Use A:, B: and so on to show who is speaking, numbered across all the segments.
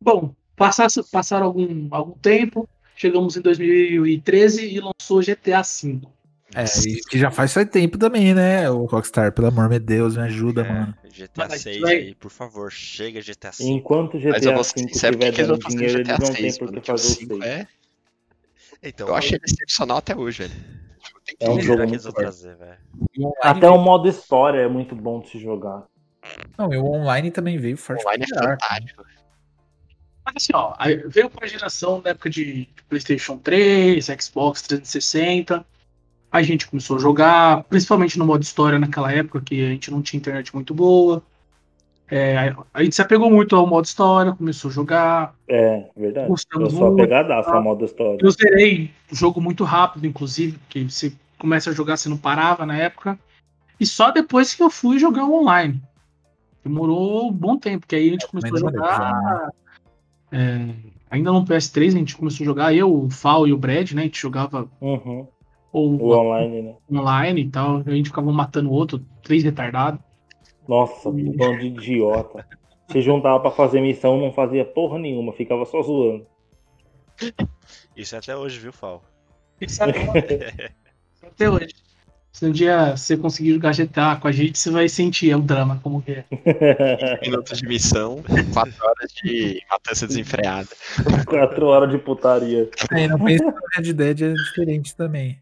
A: Bom, passasse- passaram algum, algum tempo, chegamos em 2013 e lançou GTA V.
B: É, e que já faz faz tempo também, né? O Rockstar, pelo amor de Deus, me ajuda,
C: É,
B: mano.
C: GTA
A: Mas
C: 6
A: vai-
C: aí, por favor, chega GTA 6.
D: Enquanto
E: Mas eu
D: GTA
E: vou
D: V
E: ser sincero, por que
D: estiver
E: que eles
D: assim, dando
E: vão fazer
D: dinheiro,
E: um
D: eles
E: GTA
D: não têm
E: 6?
D: por
E: mano?
D: que
E: Que o
D: fazer o
E: 5
D: 6.
E: é.
C: Então,
E: Eu achei ele excepcional até hoje, velho. Tipo, tem que
D: É um
C: que
E: ver.
D: jogo
C: será que
D: muito
C: eles vão
D: forte.
C: trazer, velho?
D: Até o modo história é muito bom de se jogar.
B: Não, e o online também veio forte.
E: Online é
B: pra caralho.
E: fantástico.
A: Mas assim, ó, aí veio com a geração na época de PlayStation 3, Xbox 360. A gente começou a jogar, principalmente no modo história naquela época, que a gente não tinha internet muito boa. É, a gente se apegou muito ao modo história, começou a jogar,
D: É, verdade. Eu
A: gostamos
D: sou
A: muito.
D: apegadaço ao modo história.
A: Eu zerei o jogo muito rápido, inclusive, porque você começa a jogar, você não parava na época. E só depois que eu fui jogar o online. Demorou um bom tempo, porque aí a gente começou a
B: também demorou,
A: jogar. é, ainda no PS3 a gente começou a jogar, eu, o Fal e o Brad, né? A gente jogava
D: Uhum. O
A: ou
D: online, né?
A: online e tal, a gente ficava um matando o outro, três retardados.
D: Nossa, um bando de idiota. Se juntava pra fazer missão, não fazia porra nenhuma, ficava só zoando.
C: Isso é até hoje, viu, Fal?
A: Até hoje. Se um dia você conseguir jogar GTA com a gente, você vai sentir é o drama como que é.
E: 15 minutos de missão, 4 horas de matança desenfreada.
D: Quatro horas de putaria.
B: Aí não pensa que o Red Dead é diferente também.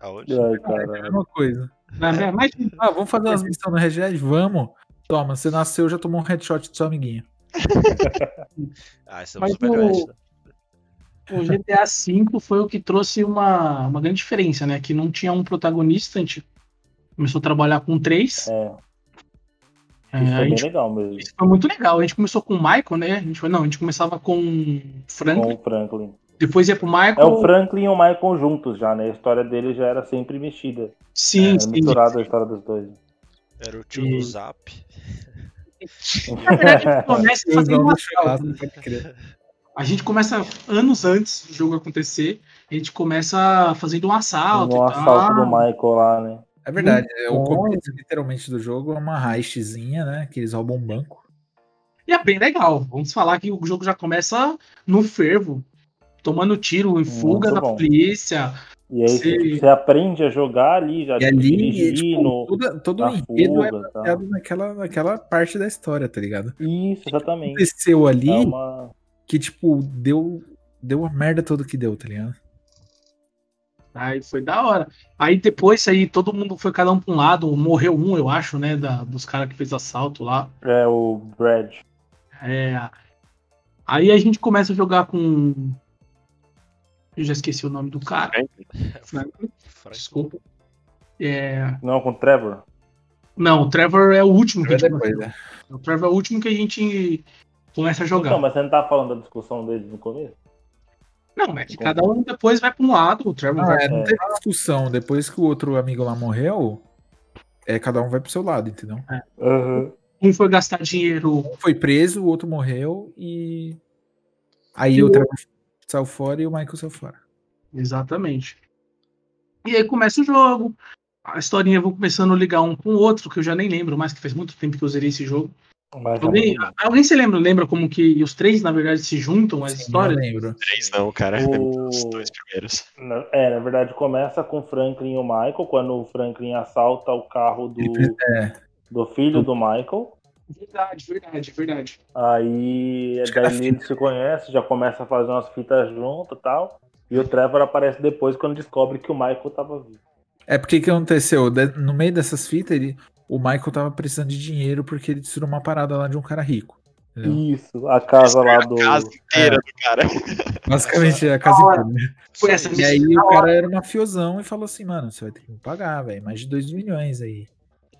C: Aonde?
D: Ai,
B: É a
D: caralho.
B: mesma coisa.
A: Né? Mas
B: Ah, vamos fazer umas missões no Red Dead? Vamos. Toma, você nasceu, já tomou um headshot do seu amiguinho.
C: Ah, esse é o
A: Mas
C: Super
A: o-
C: West, né?
A: O GTA V foi o que trouxe uma, uma grande diferença, né? Que não tinha um protagonista, a gente começou a trabalhar com três.
D: É,
A: É,
D: isso
A: a
D: foi bem
A: gente-
D: legal mesmo.
A: isso foi muito legal. A gente começou com o Michael, né? A gente foi, não, a gente começava com o
D: Com
A: Franklin,
D: o Franklin.
A: depois ia pro
D: É o
A: Michael.
D: Franklin e o Michael juntos já, né? A história dele já era sempre mexida.
A: sim,
D: Era
A: sim.
D: misturada a história dos dois.
C: Era o tio do Zap.
A: Na
D: É,
A: verdade, a gente
D: tipo,
A: começa
B: Deus
A: fazendo
B: não
A: uma
B: deixa eu lá,
A: troca, né?
B: não pode crer.
A: A gente começa anos antes do jogo acontecer, a gente começa fazendo um assalto
D: No
A: e tal.
D: assalto do Michael lá, né?
B: É verdade, é o
A: Muito bom.
B: começo literalmente do jogo é uma heistzinha, né? Que eles roubam um banco.
A: E é bem legal. Vamos falar que o jogo já começa no fervo, tomando tiro e
D: Muito
A: fuga da
D: bom.
A: polícia.
D: E aí
A: Sim.
D: você aprende a jogar ali, já
B: E ali,
D: dirigir
B: tipo,
D: no,
B: toda- todo o
D: Tá na
B: enredo é
D: fuga tá? e tal.
B: baseado naquela, naquela parte da história, tá ligado?
D: Isso, exatamente.
B: Aconteceu ali
D: É uma...
B: que, tipo, deu, deu a merda toda que deu, tá ligado?
A: Aí foi da hora. Aí depois aí todo mundo foi cada um pra um lado, morreu um, eu acho, né? da- dos caras que fez assalto lá.
D: É o Brad.
A: É. Aí a gente começa a jogar com. Eu já esqueci o nome do cara.
C: Frank.
A: Desculpa. É,
D: Não, com o Trevor.
A: Não, o Trevor é o último que a gente
B: Depois, né?
A: O Trevor é o último que a gente começa a jogar.
D: Então, mas você não tá falando da discussão deles no começo?
A: Não, mas cada um depois vai pra um lado, o Trevor
B: Não,
A: vai.
B: é, não teve discussão. Depois que o outro amigo lá morreu, é, cada um vai pro seu lado, entendeu?
D: Uhum.
A: Um foi gastar dinheiro
B: Um foi preso, o outro morreu e. Aí
A: E
B: o
A: o-
B: Trevor saiu fora e o Michael saiu fora.
A: Exatamente. E aí começa o jogo. A historinha vão começando a ligar um com o outro, que eu já nem lembro mais, que faz muito tempo que eu zerei esse jogo.
D: Mas
A: Alguém,
B: Ah,
A: alguém se lembra, lembra como que os três, na verdade, se juntam as
B: tá. Sim,
A: histórias?
B: Eu lembro.
E: Três não, cara.
D: é, O-
E: Os dois primeiros.
D: na- É, na verdade, começa com o Franklin e o Michael, quando o Franklin assalta o carro
B: Ele
D: do,
B: fez- é,
D: do filho do Michael.
A: Verdade, verdade, verdade.
D: Aí
B: Acho que era
D: daí eles se conhecem, já começa a fazer umas fitas junto e tal. E o Trevor aparece depois quando descobre que o Michael tava vivo.
B: é porque o que aconteceu? De- No meio dessas fitas, ele... o Michael tava precisando de dinheiro porque ele tirou uma parada lá de um cara rico. entendeu?
D: Isso, a casa lá do.
E: A casa inteira do cara.
B: Basicamente, é a casa
A: hora.
B: inteira.
A: Foi
C: Só
A: essa
B: E
C: isso.
B: aí o cara era um mafiosão e falou assim, mano, você vai ter que me pagar, velho. Mais de 2 milhões aí.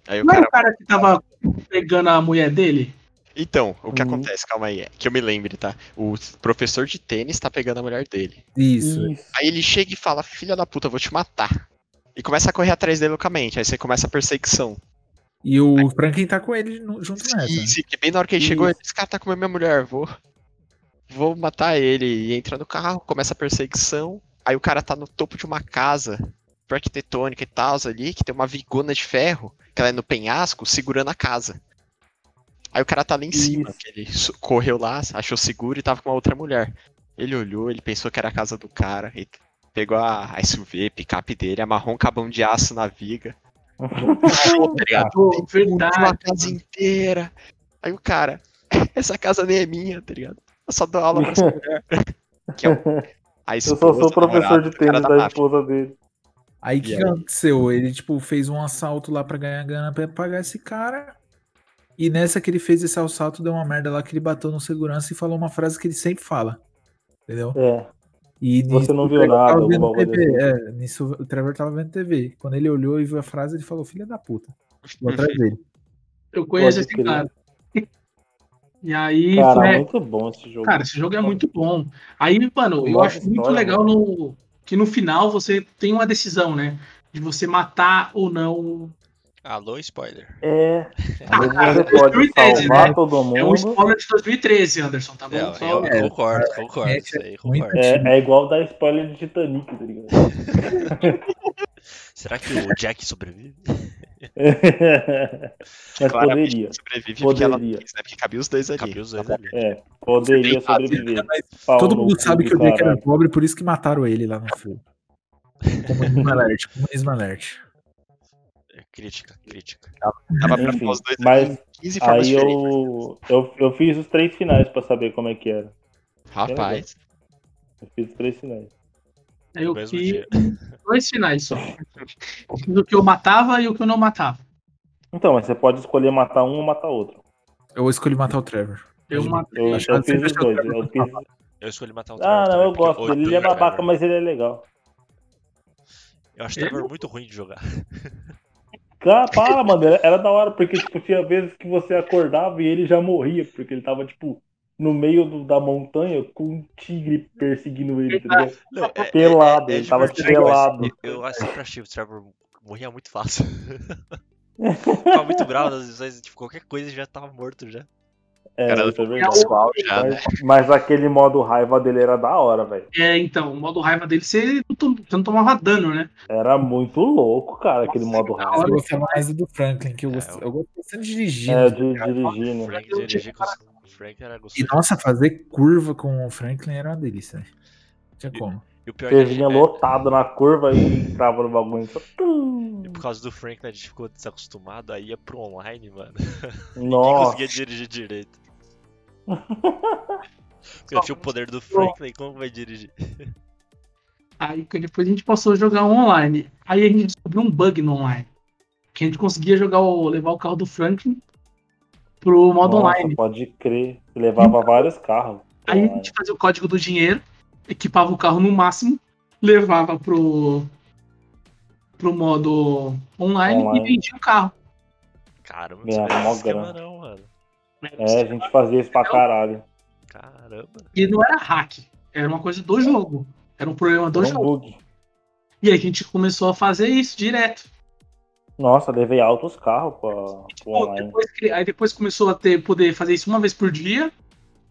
E: Aí o
A: Não era
E: cara.
A: o cara que tava pegando a mulher dele?
E: Então, o que
D: Uhum.
E: acontece? Calma aí. é Que eu me lembre, tá? O professor de tênis tá pegando a mulher dele.
B: Isso.
E: Aí ele chega e fala: Filha da puta, eu vou te matar. E começa a correr atrás dele loucamente. Aí você começa a perseguição.
B: E o Franklin tá com ele no- junto
E: Sim,
B: nessa.
E: sim, que bem na hora que ele chegou,
D: Isso.
E: ele disse, cara, tá comendo minha mulher, vou. Vou matar ele. E entra no carro, começa a perseguição. Aí o cara tá no topo de uma casa tipo, arquitetônica e tal ali, que tem uma vigona de ferro, que ela é no penhasco, segurando a casa. Aí o cara tá lá em
D: Isso.
E: cima, que ele so- correu lá, achou seguro e tava com uma outra mulher. Ele olhou, ele pensou que era a casa do cara, e pegou a a SUV, picape dele, amarrou um cabão de aço na viga. Puxou, tá
B: Ah,
E: ligado?
A: Pô,
E: Puxou a
A: verdade.
E: casa inteira. Aí o cara, essa casa nem é minha, tá ligado? Eu só dou aula pra essa mulher. Que é o- a
D: Eu
E: esposa,
D: só sou
E: a
D: professor
E: namorada
D: de
E: do cara
D: tênis
E: da
D: da
E: máfia.
D: esposa dele.
B: Aí o que
E: E aí?
B: aconteceu? Ele, tipo, fez um assalto lá pra ganhar grana pra pagar esse cara. E nessa que ele fez esse assalto, deu uma merda lá que ele bateu no segurança e falou uma frase que ele sempre fala. Entendeu?
D: É.
B: E
D: Você
B: nisso
D: não
B: o
D: viu
B: Trevor
D: nada,
B: tava
D: alguma
B: vendo
D: coisa assim?
B: TV. É, nisso o Trevor tava vendo TV. Quando ele olhou e viu a frase, ele falou, filha da puta. Vou atrás dele.
A: Eu conheço
D: Pode
A: esse
D: crer.
A: cara. E aí,
D: Cara,
A: né,
D: muito bom esse jogo.
A: cara, esse jogo é muito bom. Aí, mano, eu
D: Nossa,
A: acho muito
D: história,
A: legal no, que no final você tem uma decisão, né? De você matar ou não.
C: Alô, spoiler.
D: É.
A: cara,
D: Você pode
A: 2013,
D: salvar
A: né?
D: todo
A: É um
D: mundo.
A: spoiler de 2013, Anderson, tá bom?
C: É,
A: Só-
C: eu
B: é,
C: concordo, concordo. Isso aí, concordo.
D: É, é igual dar spoiler de Titanic, tá ligado?
C: Será que o Jack sobrevive?
D: Tá Mas
E: Claramente
D: poderia.
E: Sobrevive porque ela não
D: Poderia.
E: quis, né? Porque cabia os dois ali.
C: Cabia os dois ali.
D: É, poderia sobreviver. Pau
B: Todo
D: no
B: mundo
D: cu
B: sabe
D: do
B: que o Jack
D: caralho.
B: era pobre, por isso que mataram ele lá no filme. Comunismo alert, comunismo alert.
C: É, Crítica, crítica.
E: Tava pra
D: Enfim,
E: pôr os dois ali
D: mas
E: em 15 formas
D: aí
E: diferentes.
D: eu, eu, eu fiz os três finais pra saber como é que era.
E: Rapaz,
D: Eu fiz os três finais.
A: Eu
C: No mesmo
A: fiz
C: dia.
A: dois finais só. Do que eu matava e o que eu não matava.
D: Então, mas você pode escolher matar um ou matar outro.
B: Eu escolhi matar o Trevor.
A: Eu
B: Mas-
A: matei.
D: Eu, eu
B: Acho que você
D: fiz os
B: deixou
D: dois.
B: o Trevor
D: Eu fiz...
C: Eu escolhi matar o Trevor.
D: Ah, não,
C: também,
D: eu
C: porque
D: gosto dele. Ele é
E: né,
C: odeio o
D: babaca,
C: Trevor.
D: mas ele é legal.
C: Eu acho o Trevor muito ruim de jogar.
D: Cara, para, mano, era, era da hora, porque tipo, tinha vezes que você acordava e ele já morria, porque ele tava, tipo, no meio do- da montanha com um tigre perseguindo ele, tá ligado?
C: Não, é- é-
D: Pelado,
C: é
D: ele tava
E: né,
C: divertido, mas
D: pelado.
C: Eu eu sempre achei que o Trevor morria muito fácil. Ficava muito bravo nas decisões, tipo, qualquer coisa ele já tava morto já.
D: É,
E: Cara,
D: isso é verdade.
E: pessoal já, né?
D: Mas, mas aquele modo raiva dele era da hora, velho.
A: É, então, o modo raiva dele, você não, tom- você não tomava dano, né?
D: Era muito louco, cara, aquele modo
B: Mas
D: raiva.
B: eu gostava mais do do Franklin, que eu
C: É,
B: gosto,
C: eu-
B: eu gosto bastante de dirigir.
D: É,
B: né?
D: de dirigir,
C: O
D: né?
C: Frank dirigia com o Frank era
B: E
C: gostoso.
B: nossa, fazer curva com o Franklin era uma delícia, né? Não Tinha
C: E-
B: como.
C: E o pior é que a gente-
D: Você lotado na curva e entrava no bagulho. só, pum.
C: é, e por causa do Frank, né, a gente ficou desacostumado, aí ia pro online, mano. Ninguém
D: Nossa,
C: conseguia dirigir direito. Porque tipo, eu tinha o poder do Franklin, como vai dirigir?
A: Aí que depois a gente passou a jogar online. Aí a gente descobriu um bug no online. Que a gente conseguia jogar o, levar o carro do Franklin pro modo
D: nossa,
A: online.
D: pode crer. Levava vários carros.
A: Aí a gente fazia o código do dinheiro, equipava o carro no máximo, levava pro, pro modo online,
D: Online.
A: e vendia o carro.
C: Caramba, não
D: Ganhava
C: sabia desse
D: mó
C: esquema
D: grana.
C: não, mano.
D: É, a gente fazia isso pra caralho.
C: Caramba.
A: E não era hack, era uma coisa do jogo. Era um problema do
D: Era um
A: jogo.
D: bug.
A: E a gente começou a fazer isso direto.
D: Nossa, levei altos carros pra, pro
A: Pô,
D: online.
A: depois que- aí depois começou a ter, poder fazer isso uma vez por dia.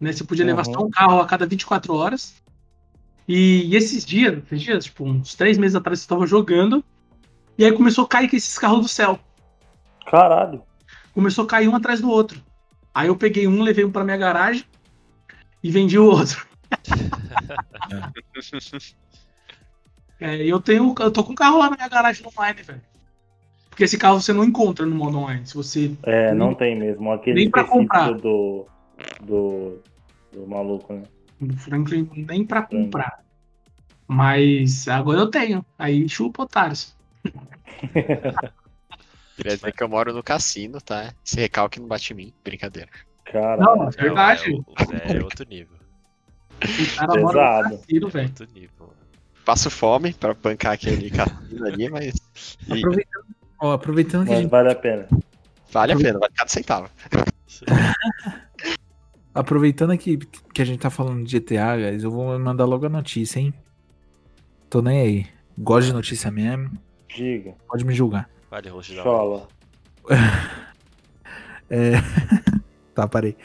A: Né? Você podia levar
D: Uhum.
A: só um carro a cada 24 horas. E, e esses dias, esses dias, tipo, uns três meses atrás, eu tava jogando. E aí começou a cair com esses carros do céu.
D: Caralho.
A: Começou a cair um atrás do outro. Aí eu peguei um, levei um pra minha garagem e vendi o outro. É, e eu tenho. Eu tô com um carro lá na minha garagem online, velho. Porque esse carro você não encontra no modo online. Se você
D: É, não
A: Nem-
D: tem mesmo. Aquele
A: nem pra comprar.
D: específico do, do, do maluco, né?
A: Do Franklin nem pra comprar. Mas agora eu tenho. Aí chupa otários.
E: Queria dizer que eu moro no cassino, tá? Esse recalque não bate em mim, brincadeira.
D: Caralho.
A: Não, é verdade.
C: Não, é, o- é outro nível.
A: O cara mora no
D: pesado.
A: cassino,
C: É
A: velho.
C: outro nível, mano.
E: Passo fome pra bancar aquele cassino ali, mas e
B: Aproveitando, ó, aproveitando que a
D: Mas
B: gente,
D: vale a pena.
E: vale a pena, vale cada centavo.
B: aproveitando que, que a gente tá falando de GTA, guys, eu vou mandar logo a notícia, hein? Tô nem aí. Gosto de notícia mesmo,
D: Diga.
B: pode me julgar.
C: Vale, Roxo da
D: Chola.
B: É, Tá, parei.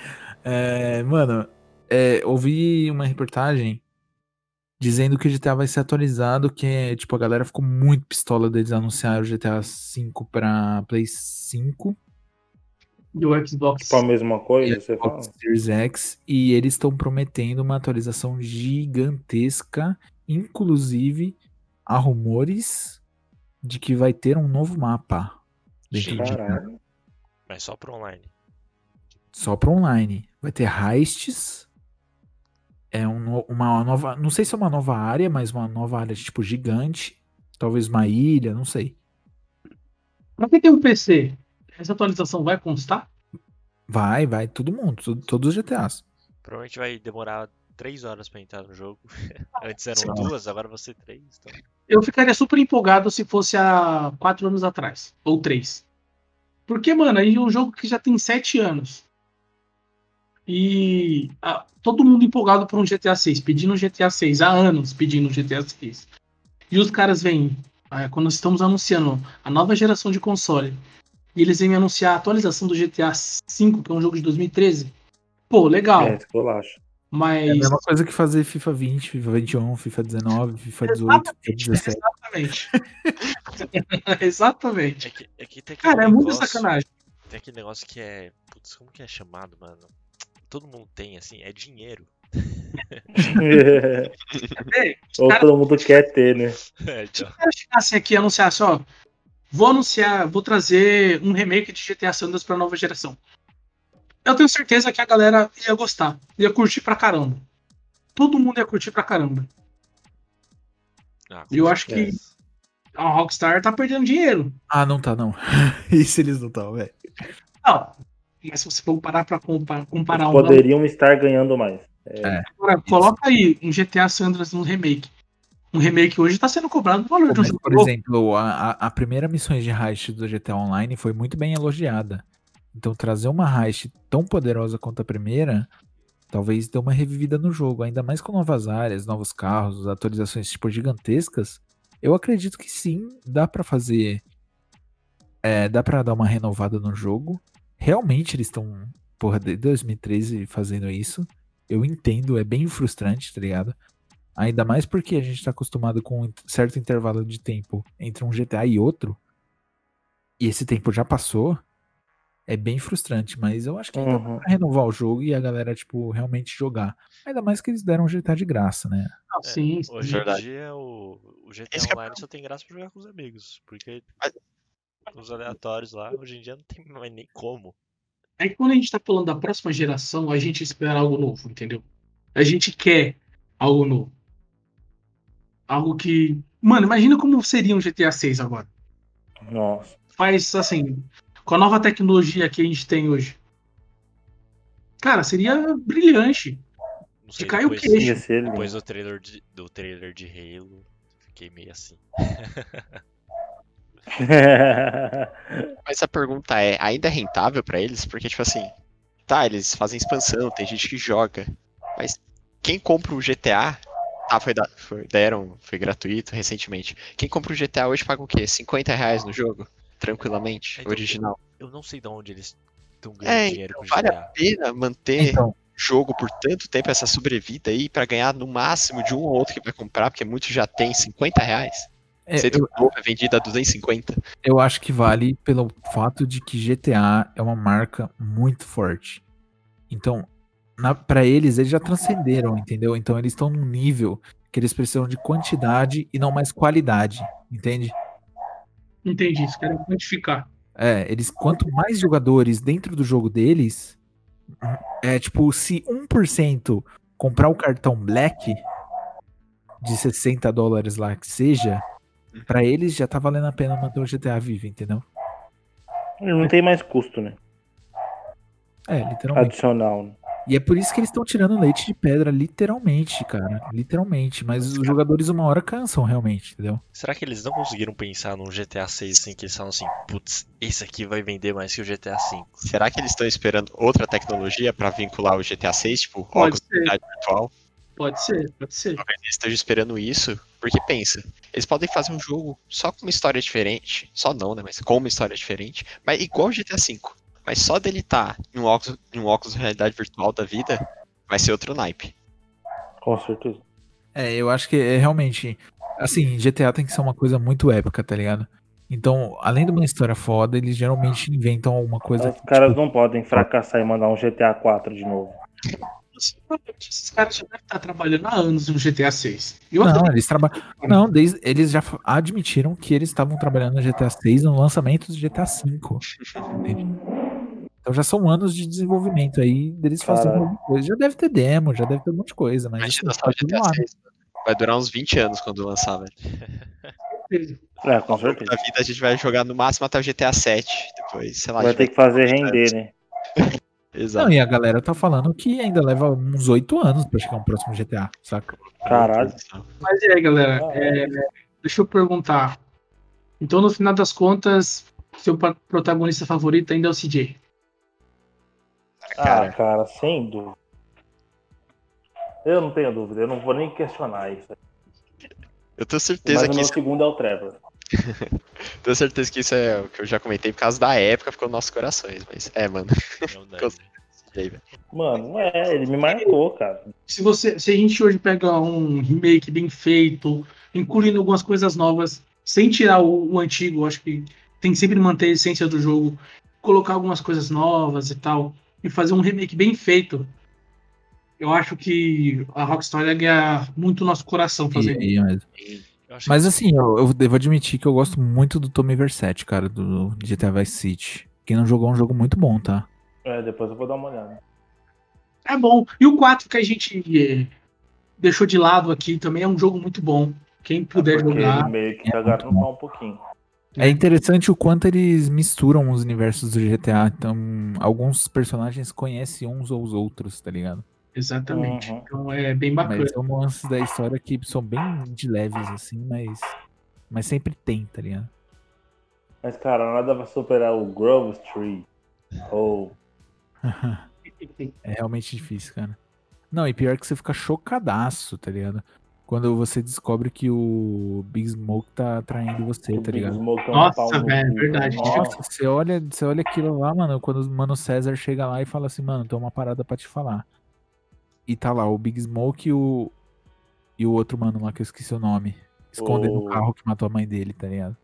B: É, mano, é, ouvi uma reportagem dizendo que o GTA vai ser atualizado, que, tipo, a galera ficou muito pistola deles anunciar o GTA V pra Play 5
A: E o Xbox.
D: Tipo a mesma coisa, você fala?
B: Xbox Series X e eles estão prometendo uma atualização gigantesca, inclusive há rumores de que vai ter um novo mapa dentro de
D: Caralho.
B: casa,
C: um- Mas só pro online.
B: só para online. Vai ter heists, é um no- uma nova, não sei se é uma nova área, mas uma nova área tipo gigante, talvez uma ilha, não sei.
A: Pra quem tem um PC, essa atualização vai constar?
B: Vai, vai, todo mundo, to- todos os GTAs.
C: Provavelmente vai demorar 3 horas pra entrar no jogo. Antes
B: Sim.
C: eram duas, agora vão ser três. Então...
A: Eu ficaria super empolgado se fosse há quatro anos atrás, ou três. Porque, mano, aí é um jogo que já tem sete anos. E ah, todo mundo empolgado por um GTA 6, pedindo um GTA 6, há anos pedindo um GTA 6. E os caras vêm, ah, quando nós estamos anunciando a nova geração de console, e eles vêm me anunciar a atualização do GTA 5, que é um jogo de 2013. Pô, legal,
D: É, esculacho.
B: É a
A: mas.
B: mesma coisa que fazer FIFA 20, FIFA 21, FIFA 19, FIFA 18, FIFA
A: Exatamente.
B: 17.
A: Exatamente. Exatamente.
C: É que, é que tem aquele
A: Cara, é muita
C: negócio-
A: sacanagem.
C: Tem aquele negócio que é. Putz, como que é chamado, mano? Todo mundo tem, assim, é dinheiro.
D: Ou todo mundo quer ter, né?
C: É,
E: tipo,
C: então.
A: Se o cara chegasse aqui e anunciasse, ó, vou anunciar, vou trazer um remake de GTA Sanders pra nova geração. Eu tenho certeza que a galera ia gostar, ia curtir pra caramba. Todo mundo ia curtir pra caramba.
C: Ah,
A: E eu acho que
D: É.
A: a Rockstar tá perdendo dinheiro.
B: Ah, não tá, não. Isso eles não estão, velho.
A: Não. Mas se você for parar pra compa- comparar um
D: Poderiam estar ganhando mais.
A: Agora, coloca aí um GTA Sanders no remake. Um remake hoje tá sendo cobrado o valor de um
B: Mas,
A: jogo.
B: por exemplo, a, a, a primeira missão de heist do GTA Online foi muito bem elogiada. Então, trazer uma heist tão poderosa quanto a primeira, talvez dê uma revivida no jogo. Ainda mais com novas áreas, novos carros, atualizações tipo gigantescas. Eu acredito que sim, dá pra fazer. é, dá pra dar uma renovada no jogo. Realmente eles estão, porra, desde 2013 fazendo isso. Eu entendo, é bem frustrante, tá ligado? Ainda mais porque a gente tá acostumado com um certo intervalo de tempo entre um GTA e outro. E esse tempo já passou. É bem frustrante, mas eu acho que ainda
D: Uhum.
B: dá pra renovar o jogo e a galera, tipo, realmente jogar. Ainda mais que eles deram um GTA de graça, né?
A: Não, sim, sim.
C: É, Hoje
E: É. Verdade.
C: em dia o, o GTA
E: Esse que é o
C: Online só tem graça pra jogar com os amigos. Porque
E: Mas-
C: com os aleatórios lá, hoje em dia não tem mais nem como.
A: É que quando a gente tá falando da próxima geração, a gente espera algo novo, entendeu? A gente quer algo novo. Algo que. Mano, imagina como seria um GTA 6 agora.
D: Nossa.
A: Faz assim. Com a nova tecnologia que a gente tem hoje. Cara, seria brilhante.
C: Não sei,
A: cai o
C: depois,
A: queixo.
D: Ia ser lindo.
C: depois do trailer de, do trailer de Halo, fiquei meio assim.
E: Mas a pergunta é, ainda é rentável pra eles? Porque, tipo assim, tá, eles fazem expansão, tem gente que joga. Mas quem compra o GTA. Ah, foi, da, foi- deram, foi gratuito recentemente. Quem compra o GTA hoje paga o quê? 50 reais no jogo? Tranquilamente,
C: Então,
E: original.
C: Eu não sei de onde eles estão
E: É,
C: ganhando dinheiro com o
E: Vale a
C: GTA.
E: pena manter
B: Então,
E: jogo por tanto tempo, essa sobrevida aí, pra ganhar no máximo de um ou outro que vai comprar, porque muitos já tem 50 reais.
B: é,
E: Sendo
B: eu-
E: que o novo é vendido a 250.
B: Eu acho que vale pelo fato de que GTA é uma marca muito forte. Então, na, pra eles, eles já transcenderam, entendeu? Então, eles estão num nível que eles precisam de quantidade e não mais qualidade, entende?
A: Entendi, isso quero quantificar.
B: É, eles quanto mais jogadores dentro do jogo deles, é tipo, se 1% comprar o cartão Black de 60 dólares lá que seja, pra eles já tá valendo a pena manter o GTA vivo, entendeu?
D: Não tem mais custo, né?
B: É, literalmente.
D: Adicional. né?
B: E é por isso que eles estão tirando leite de pedra, literalmente, cara. Literalmente. Mas os jogadores uma hora cansam, realmente, entendeu?
C: Será que eles não conseguiram pensar num GTA 6 assim, que eles falam assim, putz, esse aqui vai vender mais que o GTA 5?
E: Será que eles estão esperando outra tecnologia pra vincular o GTA 6, tipo
A: Pode
E: óculos de
A: ser,
E: realidade virtual?
A: pode ser, pode ser.
E: Talvez eles estejam esperando isso, porque pensa, eles podem fazer um jogo só com uma história diferente, só não, né, mas com uma história diferente, mas igual o GTA 5, mas só dele estar em um óculos, em um óculos de realidade virtual da vida, vai ser outro naipe.
D: Com certeza.
B: É, eu acho que é realmente. Assim, GTA tem que ser uma coisa muito épica, tá ligado? Então, além de uma história foda, eles geralmente inventam alguma coisa. tipo
D: Os caras não podem fracassar e mandar um GTA 4 de novo.
A: Provavelmente Esses caras já devem estar trabalhando há anos no GTA 6. E outra
B: Não, é. eles trabalham. Não, desde- eles já fa- admitiram que eles estavam trabalhando no GTA 6 no lançamento do GTA 5. Então já são anos de desenvolvimento aí deles fazendo
D: Caralho.
B: alguma coisa. Já deve ter demo, já deve ter um monte de coisa, mas
E: Imagina
B: assim,
E: só o
B: tá tudo
E: GTA
B: lá, né?
E: 6. Vai durar uns 20 anos quando lançar, velho.
A: coisa,
D: É, com
E: Na
D: certeza.
E: vida a gente vai jogar no máximo até o GTA 7. Depois, sei lá. a
D: Vai
E: gente
D: ter que fazer render, né?
E: Exato.
B: Não, e a galera tá falando que ainda leva uns oito anos pra chegar um próximo GTA, saca?
D: Caralho.
A: Mas e aí, galera? É, deixa eu perguntar. Então, no final das contas, seu pa- protagonista favorito ainda é o CJ.
D: Ah,
E: Cara.
D: cara, sem dúvida. Eu não tenho dúvida, eu não vou nem questionar isso.
E: Eu tenho
D: Mas
E: certeza
D: o
E: que
D: meu
E: isso,
D: segundo é o Trevor.
E: tenho certeza que isso é o que eu já comentei por causa da época, ficou nos nossos corações, mas é, mano.
C: Não dá,
E: Com-
C: né?
E: E aí, velho?
D: Mano, é, ele me marcou, cara.
A: Se, você, se a gente hoje pega um remake bem feito, incluindo algumas coisas novas, sem tirar o, o antigo, eu acho que tem que sempre manter a essência do jogo, colocar algumas coisas novas e tal, e fazer um remake bem feito. Eu acho que a Rockstar ia ganhar muito o nosso coração fazendo
B: E- e- mas-
C: Eu acho
B: Mas
C: que-
B: assim, eu, eu devo admitir que eu gosto muito do Tommy Versetti, cara, do GTA Vice City. Quem não jogou é um jogo muito bom, tá?
D: É, depois eu vou dar uma olhada.
A: É bom. E o 4 que a gente eh, deixou de lado aqui também é um jogo muito bom. Quem puder
D: Ah, Porque
A: jogar.
D: ele meio que
B: É
D: cagaram
B: muito
D: só um pouquinho.
B: É interessante o quanto eles misturam os universos do GTA. Então, alguns personagens conhecem uns aos outros, tá ligado?
A: Exatamente.
D: Uhum.
A: Então é bem bacana.
B: Mas são nuances da história que são bem de leves, assim, mas. Mas sempre tem, tá ligado?
D: Mas, cara, nada vai superar o Grove Street. Ou.
B: É realmente difícil, cara. Não, e pior que você fica chocadaço, tá ligado? Quando você descobre que o Big Smoke tá traindo você,
D: o
B: tá
D: Big
B: ligado?
D: Smoke é um
A: Nossa,
D: pau no
A: velho,
D: cu.
A: verdade.
D: Nossa,
B: Nossa, você olha, você olha aquilo lá, mano, quando o Mano César chega lá e fala assim, mano, tem uma parada pra te falar. E tá lá o Big Smoke e o e o outro mano lá que eu esqueci o nome, escondendo o
D: O-
B: carro que matou a mãe dele, tá ligado?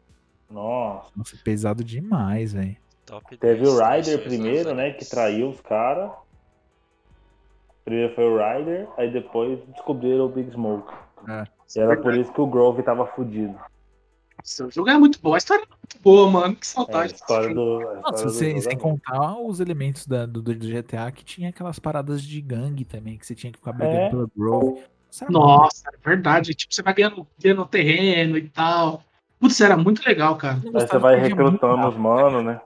D: nossa.
B: Nossa, pesado demais, velho.
C: Top
D: Teve
C: 10
D: o Ryder
C: seleções
D: primeiro,
C: dos
D: né?
C: animes.
D: Que traiu os caras. Primeiro foi o Ryder, aí depois descobriram o Big Smoke.
B: É.
D: E era por isso que o Grove tava fudido.
A: Nossa, o jogo é muito bom. A história é muito boa, mano. Que
D: É, a
A: saudade.
D: história do. a história
B: Nossa,
D: do
B: sem,
D: jogo é
B: sem contar os elementos da- do, do GTA que tinha aquelas paradas de gangue também, que você tinha que ficar brigando
D: É.
B: pela Grove. Nossa, era muito
A: Nossa, é verdade. Tipo, você vai ganhando, ganhando terreno e tal. Putz, era muito legal, cara.
B: Eu
D: Aí você
B: gostava,
D: vai
B: perdia muito
D: recrutando os
B: rápido.
D: manos, né?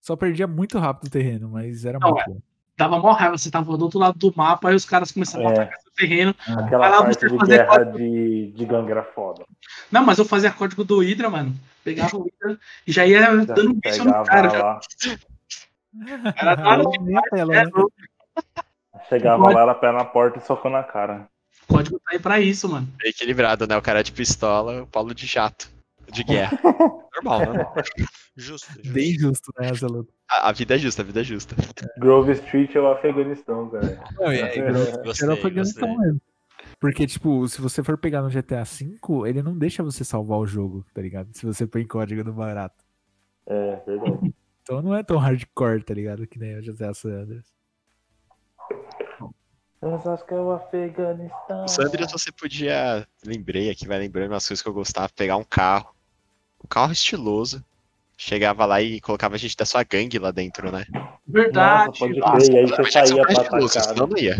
B: Só perdia muito rápido o terreno, mas era
A: Não,
B: muito bom.
A: Dava mó raiva, você tava do outro lado do mapa, aí os caras começavam
D: É.
A: a atacar seu terreno.
B: Ah,
D: Aquela
A: Vai lá
D: parte
A: você
D: de
A: fazer
D: guerra
A: código.
D: de, de gangue era foda.
A: Não, mas eu fazia código do Hydra, mano. Pegava o Hydra e já ia dando um bicho no
D: Chegava
A: cara. Já.
D: lá,
B: é,
A: Era nada
B: Aí nem a tela, né?
A: É, o
D: chegava lá, era pé na porta e socou na cara.
A: código tá aí pra isso, mano.
E: Bem equilibrado, né? O cara de pistola, o Paulo de jato. De guerra. Normal, né?
C: Justo, justo.
B: Bem justo, né, Azalu?
E: A, a vida é justa, a vida é justa.
D: Grove Street é o Afeganistão, cara.
B: Não, é, é,
C: Gostei,
D: É.
B: era então, né? o Afeganistão
C: gostei.
B: mesmo. Porque, tipo, se você for pegar no GTA V, ele não deixa você salvar o jogo, tá ligado? Se você põe código no barato.
D: É, verdade.
B: Então não é tão hardcore, tá ligado? Que nem o GTA San Andreas.
D: Eu só acho que é o Afeganistão.
E: O Sandrias você podia. Lembrei aqui, vai lembrando umas coisas que eu gostava, pegar um carro. Um carro estiloso. Chegava lá e colocava a gente da sua gangue lá dentro, né?
A: é Verdade.
D: Nossa, pode
A: mano.
D: crer. E aí você
E: Mas tinha que ser um
D: saía
E: carro
D: pra
E: estiloso,
D: atacar.
E: senão
D: né?
E: não ia.
D: Aí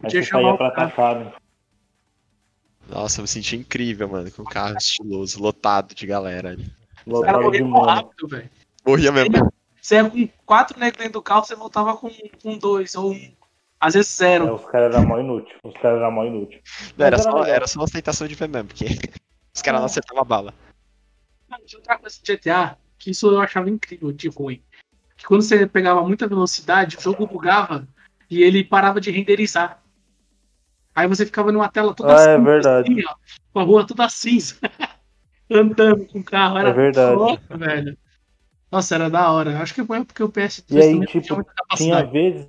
A: Podia
D: você
A: chamar
D: saía
A: o
D: pra
A: cara.
D: atacar, né?
E: Nossa, eu me senti incrível, mano, com um carro estiloso, lotado de galera. ali.
A: Os caras
D: Lotado de
A: morreram
D: mano.
A: rápido, velho.
E: Morria mesmo.
A: Você ia com quatro negros dentro do carro, você voltava com, com dois ou um. Às vezes
D: É,
A: zero.
D: os caras eram mó inútil. Os caras eram mó inútil.
E: Não, era,
D: Mas era É.
E: só,
D: legal.
E: era só uma ostentação de ver mesmo, porque os caras não acertavam a bala.
A: Mano, tinha outra coisa de GTA, que isso eu achava incrível de ruim. Que quando você pegava muita velocidade, o jogo bugava e ele parava de renderizar. Aí você ficava numa tela toda
D: Ah, é
A: cinza,
D: verdade.
A: assim, ó, com a rua toda cinza. Andando com o carro. Era
D: É verdade.
A: louco, velho. Nossa, era da hora. Acho que foi porque o PS3
D: E aí,
A: também não
D: tipo,
A: muita
D: Tinha
A: capacidade.
D: vezes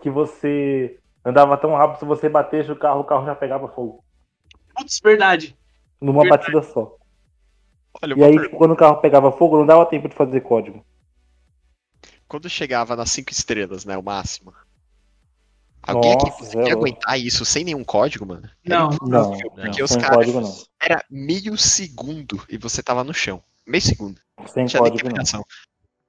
D: que você andava tão rápido, se você batesse o carro, o carro já pegava fogo.
A: Putz, verdade.
D: Numa
A: Verdade.
D: batida só.
E: Olha,
D: E
E: uma
D: aí,
E: per-
D: tipo, quando o carro pegava fogo, não dava tempo de fazer código.
E: quando chegava nas 5 estrelas, né? O máximo. Alguém
D: Nossa,
E: que
D: é
E: conseguia
D: louco.
E: aguentar isso sem nenhum código, mano?
A: Não,
D: Não,
E: Porque os
D: sem
E: caras
D: código não.
E: era meio segundo e você tava no chão. Meio segundo.
D: Sem
E: Não tinha nem
D: código não.
E: explicação.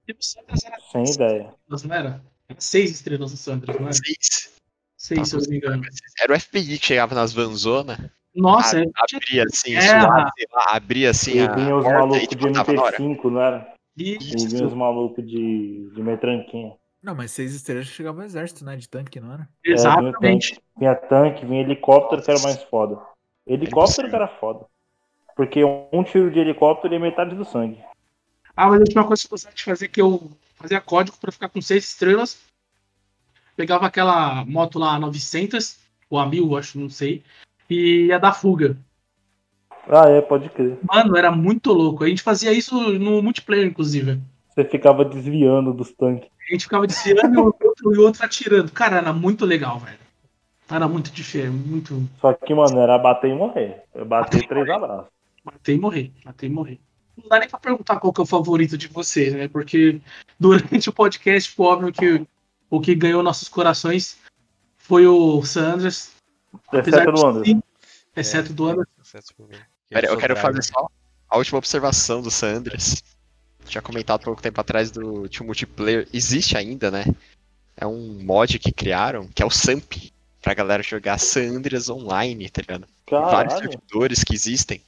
A: E o Sanders era
D: Sem ideia.
A: estrelas, não era? Era seis estrelas no Sanders, não era?
E: Seis.
A: Seis, se eu não me engano.
E: Era o FBI que chegava nas vanzonas,
A: Nossa,
E: a-
A: é-
E: abria assim,
A: É.
E: suave, sei lá, abria assim
D: E
E: a
D: vinha os
E: porta
D: malucos
E: e
D: de
E: te botava na hora.
D: MT5, não era?
A: e
D: E vinha os malucos de, de metranquinha.
B: Não, mas seis estrelas chegava o exército, né? De tanque, não era?
D: É,
A: Exatamente.
D: Vinha tanque, vinha helicóptero, que era mais foda. Helicóptero que era foda. Porque um tiro de helicóptero é metade do sangue.
A: Ah, mas a última coisa que eu gostava de fazer é que eu fazia código pra ficar com seis estrelas. Pegava aquela moto lá 900, ou a 1000, acho, não sei. E ia dar fuga.
D: Ah, é, pode crer.
A: Mano, era muito louco. A gente fazia isso no multiplayer, inclusive.
D: Você ficava desviando dos tanques.
A: A gente ficava desviando e o outro, e o outro atirando. Cara, era muito legal, velho. Era muito diferente, muito.
D: Só que, mano, era bater e morrer. É Bater três abraços.
A: Matei e morri, matei e morri. Não dá nem pra perguntar qual que é o favorito de vocês, né? Porque durante o podcast ficou óbvio que o que ganhou nossos corações foi o Sanders, Apesar
D: Exceto
A: de
D: no É Anderson.
A: sim, Exceto do Anderson.
C: É, Exceto por mim.
E: Pera, eu
C: sou
E: quero né?
C: bravo.
E: fazer só a última observação do Sanders. Tinha comentado pouco tempo atrás do de um multiplayer. Existe ainda, né? É um mod que criaram, que é o Samp. Pra galera jogar Sanders online, tá ligado? Vários
D: Caralho.
E: servidores que existem.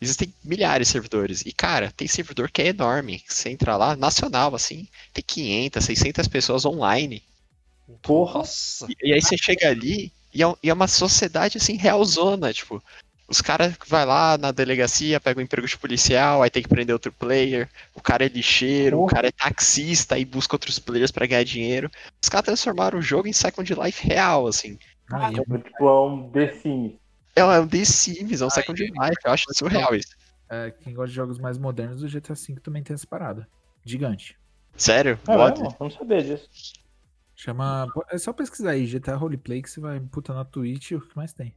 E: Existem milhares de servidores. E, cara, tem servidor que é enorme. Você entra lá, nacional, assim, tem 500, 600 pessoas online.
D: Porra.
C: um Nossa. é
E: E, e aí você chega ali e é, um- e é uma sociedade assim, realzona, tipo. Os caras vai lá na delegacia, pega um emprego de policial, aí tem que prender outro player, o cara é lixeiro, o
D: Porra.
E: cara é taxista e busca outros players pra ganhar dinheiro. Os caras transformaram o jogo em Second Life real, assim.
B: Não, e é-
D: Tipo, é um The Sims.
E: É um é um The Sims, é um
D: Ah,
E: Second Life, eu acho surreal isso.
B: é, quem gosta de jogos mais modernos, o GTA V também tem essa parada. Gigante.
E: Sério?
D: É
E: What?
D: mesmo? Vamos saber disso.
B: Chama. É só pesquisar aí, GTA Roleplay, que você vai puta na Twitch o que mais tem.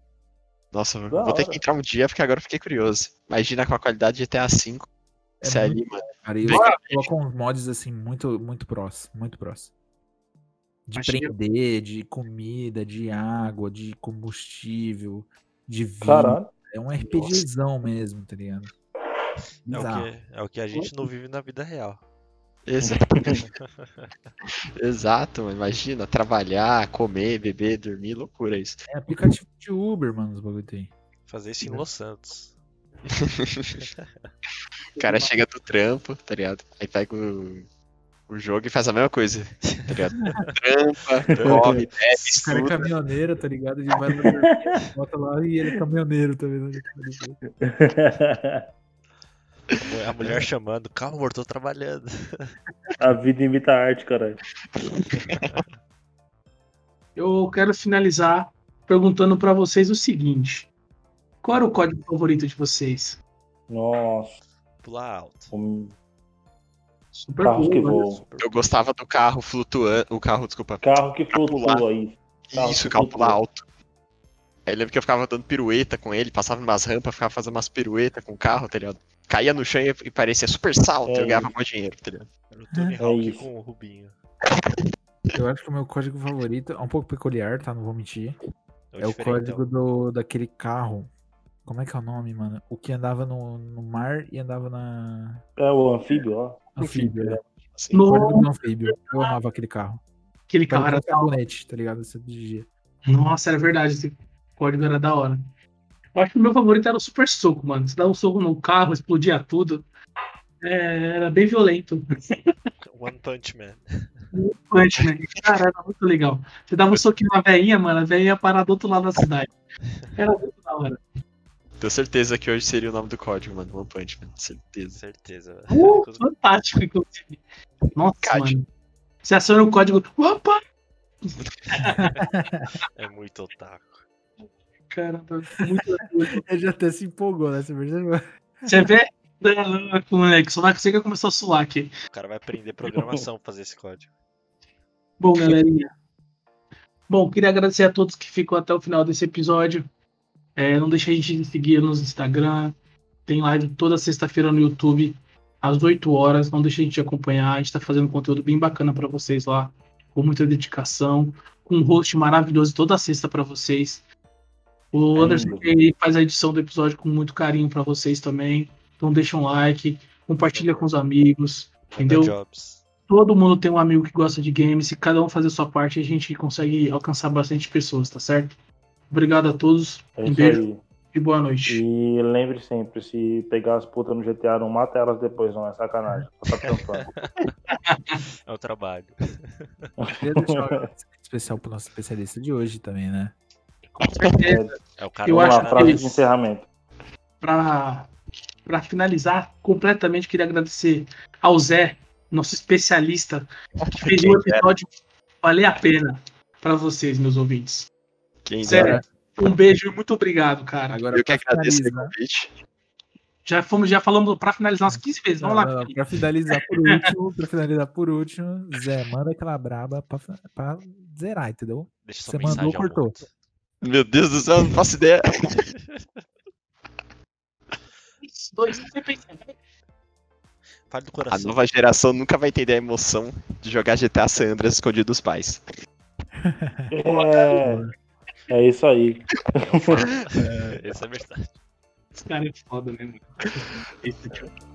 E: Nossa, eu
D: Da
E: vou ter
D: hora.
E: que entrar um dia porque agora eu fiquei curioso. Imagina com a qualidade de GTA V,
B: É
E: se ali,
B: muito
E: mano.
B: Cara, e os
E: Bem,
B: caras
E: gente.
B: colocam uns mods assim muito, muito prós, muito prós. De
A: Achei-
B: prender, de comida, de água, de combustível, de vida.
D: Caralho.
B: É um RPGzão mesmo, tá ligado?
C: É o,
B: Bizarro.
C: que, é o que a gente não vive na vida real.
E: Exato. Exato, mano. imagina, trabalhar, comer, beber, dormir, loucura isso.
B: É aplicativo de Uber, mano, os bagulho tem.
C: Fazer isso em Los Santos.
E: O cara chega do trampo, tá ligado? Aí pega o, o jogo e faz a mesma coisa, tá ligado? Trampa, come, bebe,
B: Esse cara é
E: estuda.
B: caminhoneiro, tá ligado? Ele vai lá, bota lá e ele é caminhoneiro também. Tá
C: A mu- A mulher chamando, calma, amor, tô trabalhando.
D: A vida imita a arte, caralho.
A: Eu quero finalizar perguntando pra vocês o seguinte: qual era o código favorito de vocês?
D: Nossa.
C: Pular alto.
D: Um
A: Super
D: carro
A: boa,
D: que
A: né?
D: voa.
E: Eu gostava do carro flutuando. O carro, desculpa.
D: Carro que flutua aí. Carro
E: Isso,
D: que
E: carro
D: flutua.
E: pular alto. Aí eu lembro que eu ficava dando pirueta com ele, passava umas rampas, ficava fazendo umas piruetas com o carro, tá ligado? Caía no chão e e parecia super salto,
D: É
E: eu ganhava mó dinheiro, tá ligado?
C: Era o Tony
D: É
C: Hawk
D: isso.
C: com o Rubinho.
B: Eu acho que o meu código favorito é um pouco peculiar, tá? Não vou mentir. É o
C: diferentão.
B: código do, daquele carro. Como é que é o nome, mano? O que andava no, no mar e andava na.
D: É o anfíbio, ó.
B: Anfíbio, né?
E: Assim,
B: O
A: No,
B: código do anfíbio. Eu amava aquele carro.
A: aquele carro
B: Cara,
A: era
B: um
A: da hora.
B: sabonete, tá ligado? Você dirigia.
A: Nossa, era verdade. Esse código era da hora. Eu acho que o meu favorito era o super soco, mano. Você dava um soco no carro, explodia tudo. É, era bem violento.
C: One Punch Man.
A: Punch, né? Cara, era muito legal. Você dava um soco na veinha, mano, a veinha ia parar do outro lado da cidade. Era muito da hora.
E: Tenho certeza que hoje seria o nome do código, mano. One Punch Man, certeza.
C: Certeza, velho.
A: Uh, fantástico, inclusive. Nossa,
E: Cádio.
A: mano. Você aciona o código. Opa!
C: É muito otaku.
A: Caramba, tá muito orgulho.
B: Ele já até se empolgou, né? Você percebeu?
A: Você vê. Não, não, moleque, só vai conseguir começar a suar aqui.
C: O cara vai aprender programação pra fazer esse código.
A: Bom, galerinha. Bom, queria agradecer a todos que ficou até o final desse episódio. É, não deixe a gente de seguir nos Instagram, Tem live toda sexta-feira no YouTube, às 8 horas. Não deixe a gente acompanhar. A gente tá fazendo um conteúdo bem bacana para vocês lá, com muita dedicação, com um host maravilhoso toda sexta para vocês. O
D: É
A: Anderson
D: lindo.
A: que faz a edição do episódio com muito carinho para vocês também. Então deixa um like, compartilha com os amigos. Entendeu?
C: Jobs.
A: Todo mundo tem um amigo que gosta de games. Se cada um fazer a sua parte, a gente consegue alcançar bastante pessoas, tá certo? Obrigado a todos.
D: É
A: um
D: isso
A: beijo
D: aí.
A: e boa noite.
D: E lembre sempre, se pegar as putas no GTA, não mata elas depois, não. É sacanagem. Só tá pensando.
C: É o trabalho.
B: Queria deixar um agradecimento especial pro nosso especialista de hoje também, né?
C: Com
A: certeza.
C: É o cara
A: Eu
C: do
A: acho que-
C: Canadá.
D: Vamos lá, frase de encerramento.
A: Pra para finalizar completamente, queria agradecer ao Zé, nosso especialista, que fez um episódio que valer a pena para vocês, meus ouvintes.
E: Quem
A: Sério, um beijo e muito obrigado, cara.
B: Agora,
E: Eu que
B: pra
E: agradeço o
B: finalizar-
E: convite.
A: Já fomos, já falamos para finalizar umas 15 vezes. Vamos
B: Não, não,
A: lá.
B: não, pra finalizar por último, pra finalizar por último, Zé, manda aquela braba pra, pra zerar, entendeu?
C: Deixa eu só
B: Você
C: mensagem
B: mandou,
C: ao mundo.
B: cortou.
E: Meu Deus do céu, eu não faço ideia.
A: Um, dois, sem pensar.
C: Fale
E: A
C: do
A: Ah,
C: coração.
E: nova geração nunca vai entender a emoção de jogar GTA San Andreas escondido dos pais.
D: É, é isso aí.
C: Esse é verdade.
A: Esse cara é foda, né, mano? Esse tipo.